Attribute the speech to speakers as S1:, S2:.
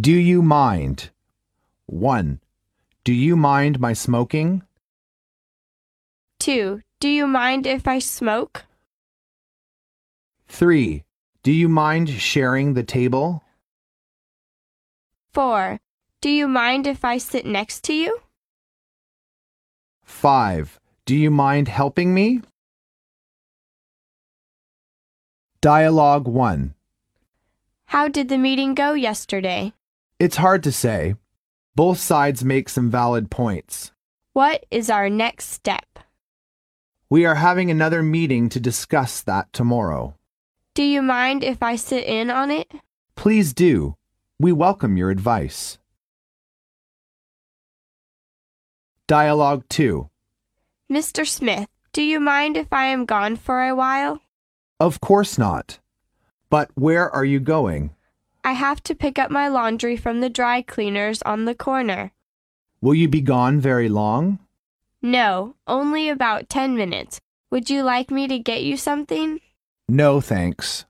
S1: Do you mind? 1. Do you mind my smoking?
S2: 2. Do you mind if I smoke?
S1: 3. Do you mind sharing the table?
S2: 4. Do you mind if I sit next to you?
S1: 5. Do you mind helping me? Dialogue 1.
S2: How did the meeting go yesterday?
S1: It's hard to say. Both sides make some valid points.
S2: What is our next step?
S1: We are having another meeting to discuss that tomorrow.
S2: Do you mind if I sit in on it?
S1: Please do. We welcome your advice. Dialogue 2.
S2: Mr. Smith, do you mind if I am gone for a while?
S1: Of course not. But where are you going?
S2: I have to pick up my laundry from the dry cleaners on the corner.
S1: Will you be gone very long?
S2: No, only about 10 minutes. Would you like me to get you something?
S1: No, thanks.